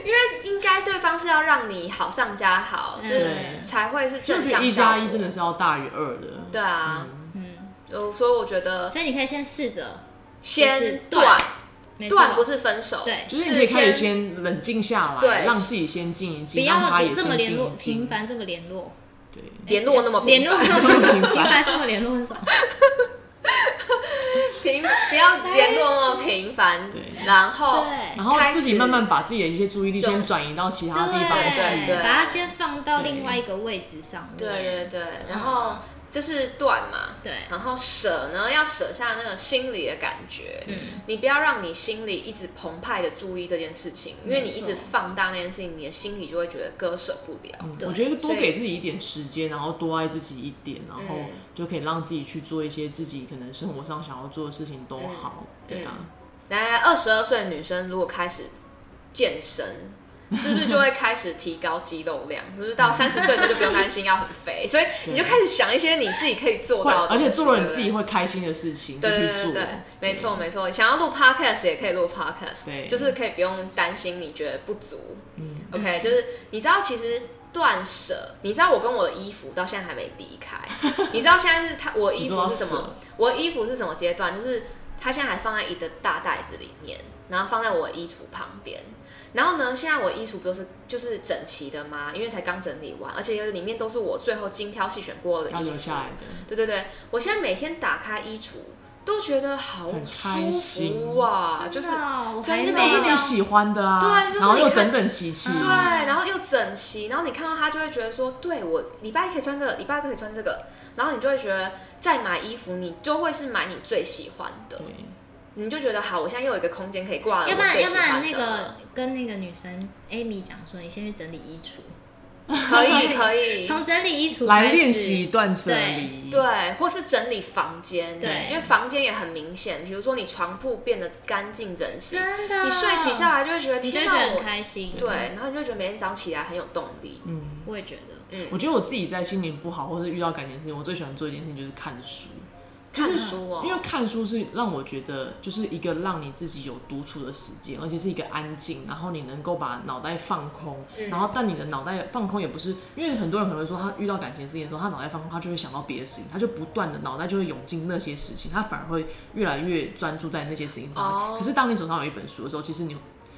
因为应该对方是要让你好上加好，嗯就是对才会是就正向是一加效一果真的是要大于二的。对啊，嗯，呃，所以我觉得所以你可以先试着就是先断断没错断不是分手，对，就是你可以开始是先冷静下来，对让自己先静一不静，让他要也这么先联静络，一频静。繁这么联络，对，联嗯络那么频联络繁，这么频繁这么联络是什么？ 频不要联络那么频繁对，然后对然后开始自己慢慢把自己的一些注意力先转移到其啊他地方对去对。把它先放到另外一个位置上面。对对对，然后这是断嘛，对然后舍呢，要舍下那个心里的感觉，嗯，你不要让你心里一直澎湃的注意这件事情，因为你没错一直放大那件事情，你的心里就会觉得割舍不了。对哦我觉得多所以给自己一点时间，然后多爱自己一点，然后嗯就可以让自己去做一些自己可能生活上想要做的事情都好，对嗯啊。来，二十二岁的女生如果开始健身，是不是就会开始提高肌肉量？就是到三十岁的时候就不用担心要很肥，所以你就开始想一些你自己可以做会，到的而东西，且做了你对不自对己会开心的事情就对去对做对，对，没错没错。想要录 podcast 也可以录 podcast，对就是可以不用担心你觉得不足。嗯 OK，就是你知道其实。断舍，你知道我跟我的衣服到现在还没离 开。你知道现在是它，我的衣服是什只说到舍么？我的衣服是什么阶段？就是它现在还放在一个大袋子里面，然后放在我的衣橱旁边。然后呢，现在我的衣橱都是就是整齐的嘛，因为才刚整理完，而且又里面都是我最后精挑细选过的要衣留服下。来的。对对对，我现在每天打开衣橱都觉得好很开舒服心啊，就是真的哦我还真的没都是到你喜欢的啊，对就是然后你又看整整齐齐，对，嗯然后又整齐，然后你看到它就会觉得说，对我礼拜一可以穿这个，礼拜二可以穿这个，然后你就会觉得再买衣服，你就会是买你最喜欢的对，，你就觉得好，我现在又有一个空间可以挂了嗯要我不然最要喜不然欢的，那个跟那个女生 Amy 讲说，你先去整理衣橱，可以可以， 从整理衣除来开始练习断舍离。对，或是整理房间，对因为房间也很明显，比如说你床铺变得干净整齐，真的，你睡起觉来就会觉得你就会天觉哪，得很我开心。对，，然后你就会觉得每天早上起来很有动力，嗯我也觉得，我觉得我自己在心情不好或者遇到感情事情，我最喜欢做一件事情就是看书。看书哦，因为看书是让我觉得就是一个让你自己有独处的时间，而且是一个安静，然后你能够把脑袋放空，嗯然后但你的脑袋放空也不是，因为很多人可能会说他遇到感情事情的时候，他脑袋放空，他就会想到别的事情，他就不断的脑袋就会涌进那些事情，他反而会越来越专注在那些事情上面。哦可是当你手上有一本书的时候，其实你。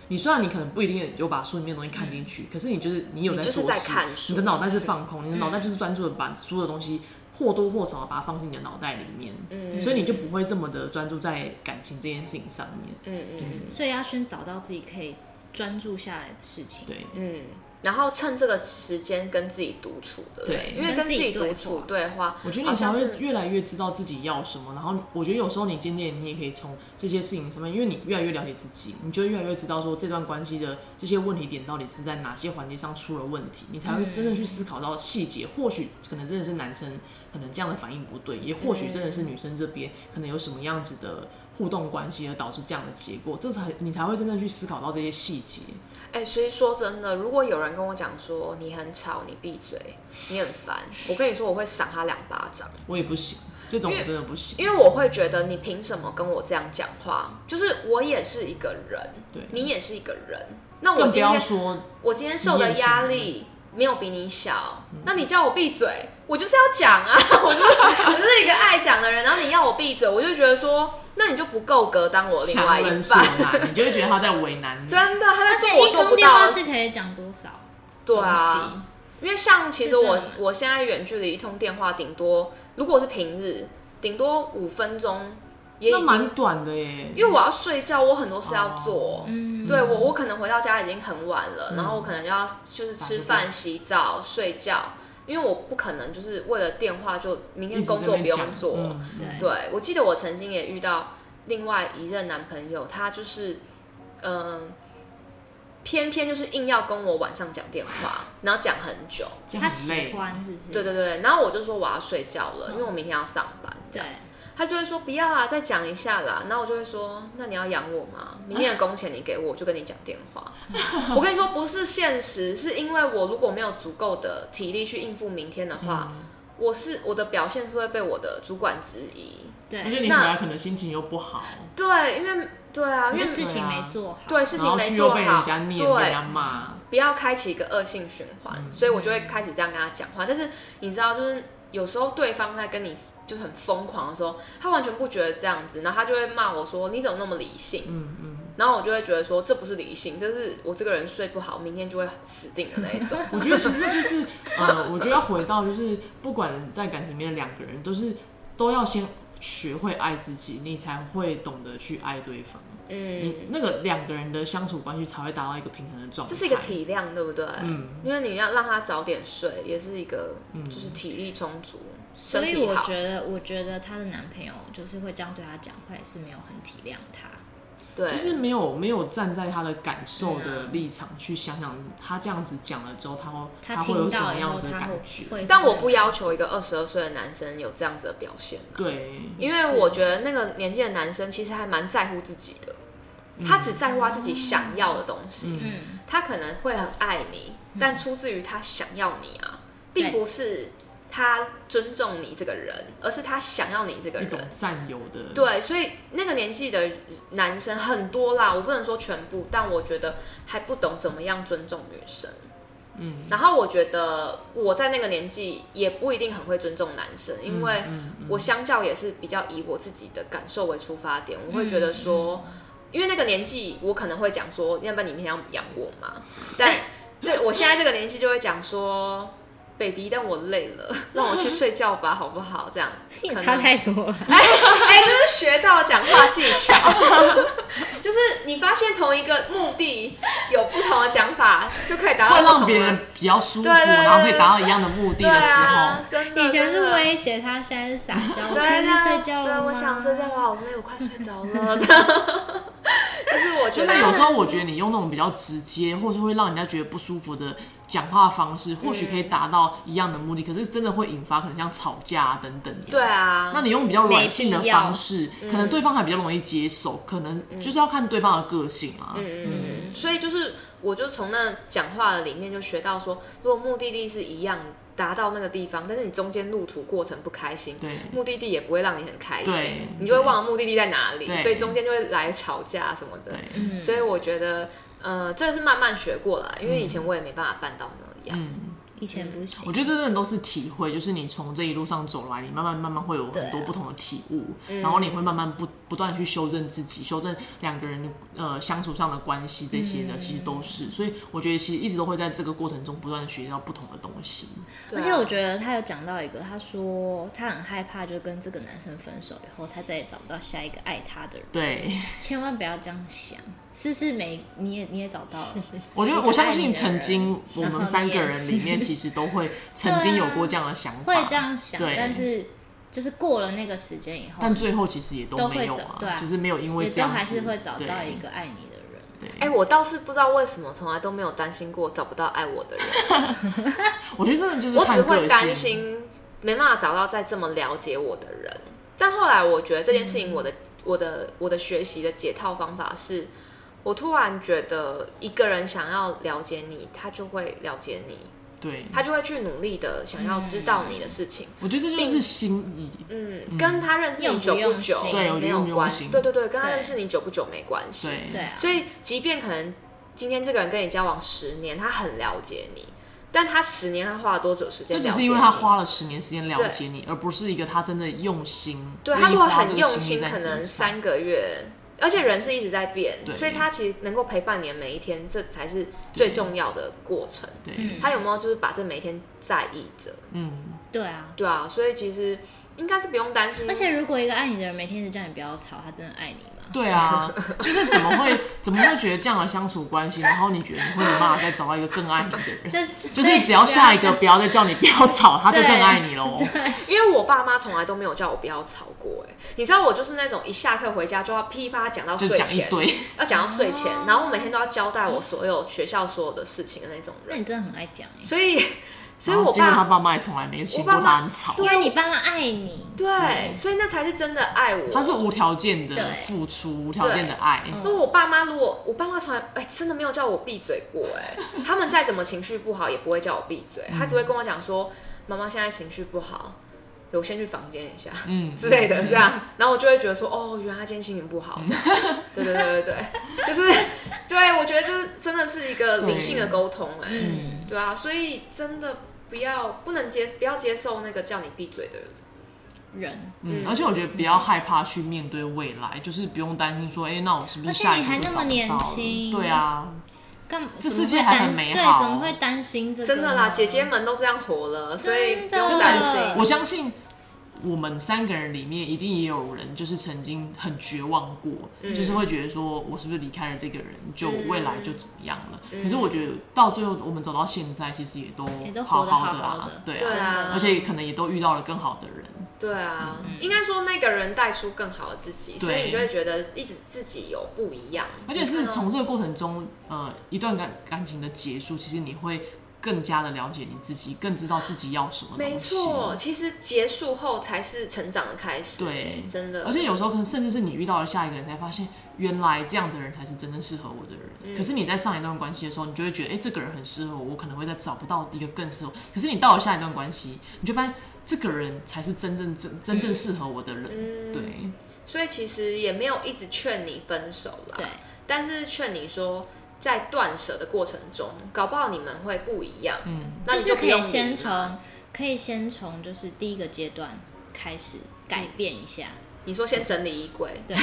你虽然你可能不一定有把书里面的东西看进去，可是你就是你有你在就做是事，在看书你的脑袋是放空，你的脑袋就是专注的把所有的东西或多或少地把它放进你的脑袋里面。嗯所以你就不会这么的专注在感情这件事情上面。嗯嗯所以要先找到自己可以专注下来的事情。对，嗯，然后趁这个时间跟自己独处的，对因为跟跟自自己己对独话处对话，我觉得好你才像会是越来越知道自己要什么。然后我觉得有时候你渐渐你也可以从这些事情上面，因为你越来越了解自己，你就会越来越知道说这段关系的这些问题点到底是在哪些环节上出了问题，你才会真的去思考到细节。或许可能真的是男生可能这样的反应不对，也或许真的是女生这边可能有什么样子的。互动关系而导致这样的结果，这才你才会真正去思考到这些细节。哎、所以说真的，如果有人跟我讲说你很吵，你闭嘴，你很烦，我跟你说我会赏他两巴掌，我也不行，这种因我为真的不行。因为我会觉得你凭什么跟我这样讲话？就是我也是一个人，对你也是一个人，那我更不今要天说我今天受的压力没有比你小，嗯那你叫我闭嘴，我就是要讲啊， 我就我就是一个爱讲的人，然后你要我闭嘴，我就觉得说，那你就不够格当我另外强一人所半，难，你就会觉得他在为难你。 真的，他而在且做我一做通不电到啊话的事，是可以讲多少对东啊，西？因为像其实我是这样吗我现在远距离一通电话，顶多如果是平日，顶多五分钟也那已蛮经，短的耶。哦因为我要睡觉，我很多事要做。嗯，对我，我可能回到家已经很晚了，然后我可能要就是吃饭、洗澡、睡觉，因为我不可能就是为了电话就明天工作不用做。嗯嗯对对，对，我记得我曾经也遇到另外一任男朋友，他就是，嗯、偏偏就是硬要跟我晚上讲电话，然后讲很久。这样他很喜累。欢是不是？对对对，然后我就说我要睡觉了，因为我明天要上班。对，他就会说不要啊，再讲一下啦。然后我就会说，那你要养我吗？明天的工钱你给我，我就跟你讲电 话。我跟你说，不是现实，是因为我如果没有足够的体力去应付明天的话，嗯我是我的表现是会被我的主管质疑。而且对，你回来可能心情又不好，对，因为对啊，因就为事情对没啊做好。对事然情后没去做又好，被人家念、被人对家，骂，不要开启一个恶性循环，嗯所以我就会开始这样跟他讲话。但是你知道，就是有时候对方在跟你就很疯狂的时候，他完全不觉得这样子，然后他就会骂我说：“你怎么那么理性？”嗯嗯。然后我就会觉得说，这不是理性，这是我这个人睡不好，明天就会死定的那一种。我觉得其实就是，呃，我觉得要回到就是，不管在感情里面，两个人都是都要先学会爱自己，你才会懂得去爱对方， 嗯，你那个两个人的相处关系才会达到一个平衡的状态。这是一个体谅，对不对？嗯，因为你要让他早点睡，也是一个就是体力充足，所身以体我好。觉得，我觉得她的男朋友就是会这样对她讲话，也是没有很体谅她。对，嗯就是没有没有站在他的感受的立场去想想，他这样子讲了之后，他会她会听有什到么以样后，子的她感会觉？会。但我不要求一个二十二岁的男生有这样子的表现啊、对，因为我觉得那个年纪的男生其实还蛮在乎自己的，他只在乎他自己想要的东西。嗯，他可能会很爱你，但出自于他想要你啊，并对不是他尊重你这个人，而是他想要你这个一种人。占有的，，对，所以那个年纪的男生很多啦，我不能说全部，但我觉得还不懂怎么样尊重女生。嗯，然后我觉得我在那个年纪也不一定很会尊重男生，因为嗯嗯我相较也是比较以我自己的感受为出发点，我会嗯觉得说，因为那个年纪我可能会讲说，要不然你明天要养我嘛？但这我现在这个年纪就会讲说，baby，但我累了，让我去睡觉吧，好不好？ 这样你可能差太多了。 哎、这是学到讲话技巧，就是你发现同一个目的有不同的讲法，就可以达到会不同让的别人比较舒服，对对对然后可以达到一样的目的对的时啊候，，真的以前是真的威胁她，现在是撒娇。我对啊可以去那睡觉了对，吗我想睡觉，我好累，我快睡着了。这样就是我觉真得的有时候，我觉得你用那种比较直接，或是会让人家觉得不舒服的讲话方式，或许可嗯以达到一样的目的，可是真的会引发可能像吵架、啊、等等的。对啊，那你用比较软性的没必要方式，可嗯能对方还比较容易接受，可能就是要看对方的个性啊。嗯，所以就是，我就从那讲话的里面就学到说，如果目的地是一样，达到那个地方，但是你中间路途过程不开心，对目的地也不会让你很开对心，你就会忘了目的地在哪里对，所以中间就会来吵架什么的。对，嗯所以我觉得，呃，这是慢慢学过来，因为以前我也没办法办到那样。嗯。以前不行我。觉得这真的都是体会，就是你从这一路上走来，你慢慢慢慢会有很多对啊不同的体悟，嗯然后你会慢慢不不断地去修正自己，修正两个人呃相处上的关系这些嗯的，其实都是。所以我觉得其实一直都会在这个过程中不断的学到不同的东西。对而啊且我觉得他有讲到一个，他说他很害怕，就跟这个男生分手以后，他再也找不到下一个爱他的人。 对，千万不要这样想，是不是每你也你也找到 了？我觉得你我可爱相信你的曾人经我然后们你三个也人里是面，其实都会曾经有过这样的想法，会这样想，对但是就是过了那个时间以后，但最后其实也都都没会有找啊，对啊就是没有因为也这都样还是子会找对到一个爱你的人。对，哎、我倒是不知道为什么从来都没有担心过找不到爱我的人，我觉得真的就是我只看会个担心没办法找到再这么了解我的人。但后来我觉得这件事情，我的、我的我的学习的解套方法是，我突然觉得一个人想要了解你，他就会了解你，对，他就会去努力的想要知道你的事情。我觉得这就是心意。嗯，跟他认识你久用不用久心对我觉没得用有不用关心对对对，跟他对认识你久不久没关系。对对啊，所以，即便可能今天这个人跟你交往十年，他很了解你，但他十年他花了多久时间这了解只你？是因为他花了十年时间了解你，而不是一个他真的用心。对他愿意如果花这很个用心心，力在可你身能上三个月，而且人是一直在变对，所以他其实能够陪伴你的每一天，这才是最重要的过程。对，嗯，他有没有就是把这每一天在意着？嗯，对啊。对啊，所以其实应该是不用担心。而且如果一个爱你的人每天一直叫你不要吵，他真的爱你吗？对啊，就是怎么会怎么会觉得这样的相处关系，然后你觉得你会有办法再找到一个更爱你 的人？就就是只要下一个不要再叫你不要吵，他就更对爱你哦喽。因为我爸妈从来都没有叫我不要吵过、哎，你知道我就是那种一下课回家就要噼啪讲到就睡讲一前，堆，要讲到睡前，然后我每天都要交代我所有学校所有的事情的那种那人，你真的很爱讲欸所以， 所以然后我结果他爸爸妈也从来没嫌我过爸他妈很吵，因为你爸妈爱你，对，所以那才是真的爱我。他是无条件的对付出，无条件的爱。嗯因为我爸妈如果我爸妈从来哎、真的没有叫我闭嘴过哎、他们再怎么情绪不好也不会叫我闭嘴，他只会跟我讲说妈妈现在情绪不好，我先去房间一下嗯，嗯之类的这样，然后我就会觉得说哦，原来他今天心情不好，对对对对 对，就是对我觉得这真的是一个理性的沟通哎、嗯，对啊，所以真的不要不能接不要接受那个叫你闭嘴的人，人，嗯，嗯而且我觉得不要害怕去面对未来，就是不用担心说，哎、那我是不是而且下一你个还就那找么不年到了轻对啊，干嘛这怎么世界会还担很美好对，怎么会担心这个？真的啦，姐姐，们都这样活了，所以不真的用担心。我相信我们三个人里面一定也有人就是曾经很绝望过，就是会觉得说我是不是离开了这个人，就未来就怎么样了？可是我觉得到最后我们走到现在，其实也都也都好活得好的好啊的，对对啊，啊而且可能也都遇到了更好的人，对啊，应该说那个人带出更好的自己，所以嗯对你就会觉得一直自己有不一样，而且你是看到哦从这个过程中，呃，一段感感情的结束，其实你会更加的了解你自己，更知道自己要什么东西。没错，其实结束后才是成长的开始，对真的，而且有时候可能甚至是你遇到了下一个人，才发现原来这样的人才是真正适合我的人。嗯可是你在上一段关系的时候，你就会觉得，哎、这个人很适合我，我可能会再找不到一个更适合我。可是你到了下一段关系，你就发现这个人才是真正真真嗯正适合我的人。对，所以其实也没有一直劝你分手啦，对，但是劝你说在断舍的过程中，搞不好你们会不一样，嗯，那就你是不可用以理先啦从可以先从就是第一个阶段开始改变一下，嗯你说先整理衣柜， 对，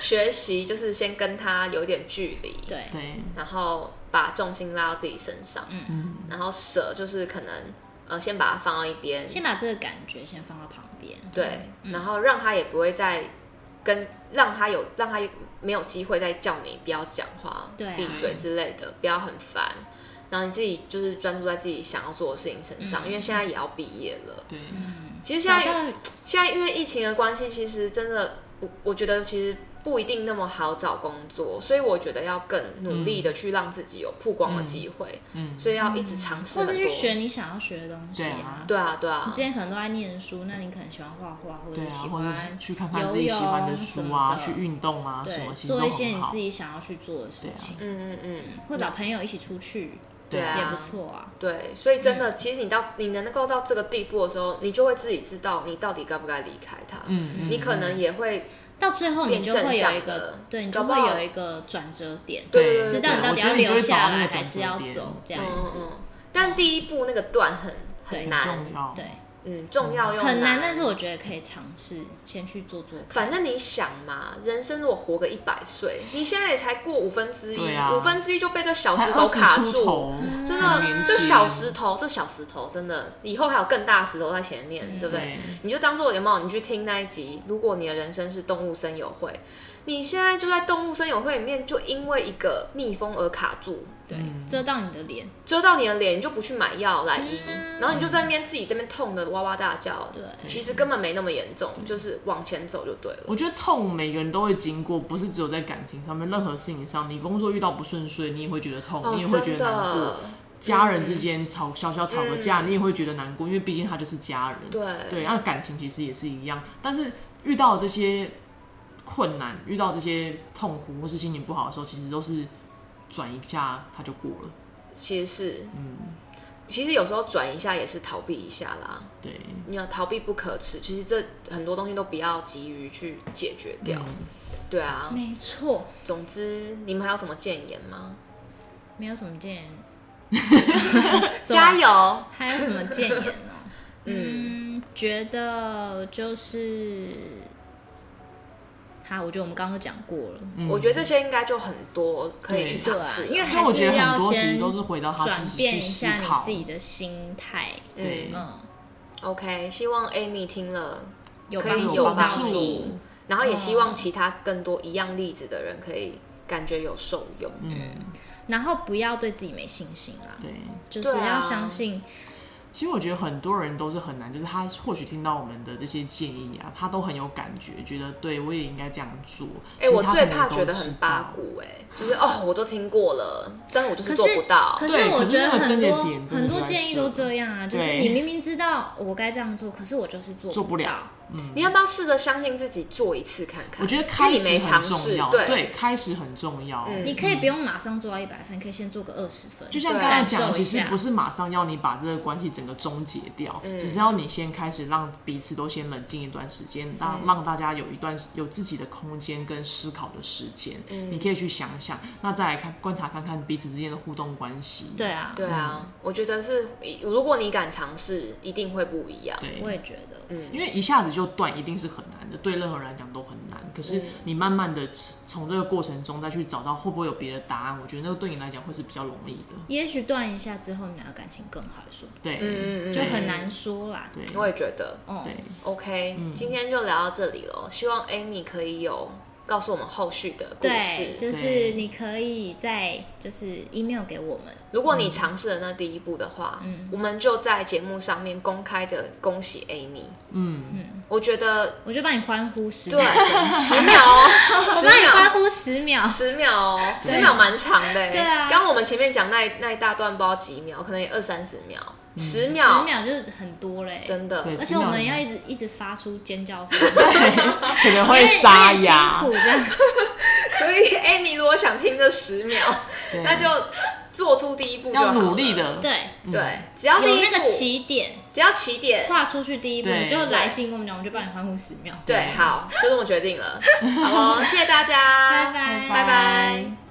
学习就是先跟他有点距离，对对，对，然后把重心拉到自己身上，嗯然后舍就是可能呃先把它放到一边，先把这个感觉先放到旁边，对，嗯然后让他也不会再跟让他有让他没有机会再叫你不要讲话、对啊闭嘴之类的，不要很烦。然后你自己就是专注在自己想要做的事情身上，因为现在也要毕业了。对，其实现找在嗯到现在因为疫情的关系，其实真的我我觉得其实不一定那么好找工作，所以我觉得要更努力的去让自己有曝光的机会，嗯，所以要一直尝试或很多。者去学你想要学的东西对啊对啊，对啊你之，前可能都在念书，那你可能喜欢画画，或对者啊，喜或欢者是去看看自己喜欢的书游泳啊，什么去的运动啊，什么对其实都做一些很你好啊自。己想要去做的事情，嗯嗯嗯，或找朋友一起出去对啊，也不错啊。对，所以真的，其实你到你能够到这个地步的时候，你就会自己知道你到底该不该离开他。嗯嗯你可能也会到最后你就会有一变正向个的，对你搞就不会好有一个转折点，对对对知道你到底我觉要得你就留会找下到那来个还转是折要点走嗯这样嗯子，嗯，但第一步那个段很很对很难，重要，对，嗯，重要又很难。但是我觉得可以尝试先去做做看。反正你想嘛，人生如果活个一百岁，你现在也才过五分之一对，啊五分之一就被这小才石头20卡出住，头，嗯真很的，年这轻小石头，这小石头真的，以后还有更大的石头在前面，对不对？对，你就当做有没有？你去听那一集。如果你的人生是动物森友会，你现在就在动物森友会里面，就因为一个蜜蜂而卡住，对，嗯遮到你的脸，遮到你的脸，你就不去买药来医，嗯然后你就在那边自己在那边痛的哇哇大叫。对其实根本没那么严重，就是往前走就对了。我觉得痛每个人都会经过，不是只有在感情上面，任何事情上，你工作遇到不顺遂，你也会觉得痛，哦你也会觉真得难过的。，家嗯人之间吵小小吵个架，你也会觉得难过，因为毕竟他就是家人。对对，那感情其实也是一样，但是遇到这些困难、遇到这些痛苦或是心情不好的时候，其实都是转一下他就过了。其实是，嗯，其实有时候转一下也是逃避一下啦。对，你要逃避不可耻，其实这很多东西都不要急于去解决掉。嗯对啊，没错，总之，你们还有什么建言吗？没有什么建言，加油！还有什么建言呢？哦 嗯，觉得就是，好，我觉得我们刚刚都讲过了，嗯我觉得这些应该就很多可以去对尝啊试了，，因为因为还我是觉得要很多其实先都是回到他转自己变一去思下考你自。己的心态，对，嗯， OK，希望 Amy 听了，有可以帮助有到帮助你，然后也希望其他更多一样例子的人可以感觉有受用。嗯，然后不要对自己没信心啦，对。就是对啊要相信，其实我觉得很多人都是很难，就是他或许听到我们的这些建议啊，他都很有感觉，觉得对我也应该这样做。哎、我其实他最怕可能都觉得知很道八股、哎，就是哦，我都听过了，但是我就是可做不是到。可对是我可是觉得那个很真的多点真的很就多在建议这都这样啊，就是对你明明知道我该这样做，可是我就是做做不了到。你要不要试着相信自己，做一次看看？我觉得因为开你没始很尝试重要，，对，开始很重要。嗯你可以不用马上做到一百分，可以先做个二十分，啊就像对刚才感受讲，一其实下嗯不是马上要你把这个关系整个终结掉，只是要你先开始让彼此都先冷静一段时间，让、嗯让大家有一段有自己的空间跟思考的时间。嗯你可以去想想，那再来看观察看看彼此之间的互动关系。对啊，对啊，嗯我觉得是，如果你敢尝试，一定会不一样。嗯对，我也觉得，因为一下子就断，一定是很难的，对任何人来讲都很难。可是嗯你慢慢的从这个过程中再去找到会不会有别的答案，我觉得那个对你来讲会是比较容易的。也许断一下之后，你俩感情更好，说不对，嗯嗯嗯，定就很难说啦。对，我也觉得，嗯，对， OK，、今天就聊到这里了。希望 Amy 可以有告诉我们后续的故对，事。就是你可以在就是 email 给我们，如果你尝试了那第一步的话，嗯我们就在节目上面公开的恭喜 Amy。嗯，我觉 得我就帮你欢呼十对秒，，十秒哦，十帮你欢秒。呼十秒，十秒哦，十秒蛮长的欸。对啊刚我们前面讲那一那一大段，不知道几秒，可能也二三十秒，十秒，嗯十秒就是很多嘞，真的。对而且我们要一直一直发出尖叫 声，可能因为会沙哑因，为辛苦这样。所以 Amy 如果想听这十秒，对那就做出第一步就好要了努力。的，对，对，只要第有一那个步，起点，只要起点，跨出去第一步，对你就来信跟我们讲，我们就帮你欢呼十秒。 对，好，就这么决定了。好哦，谢谢大家，拜拜拜拜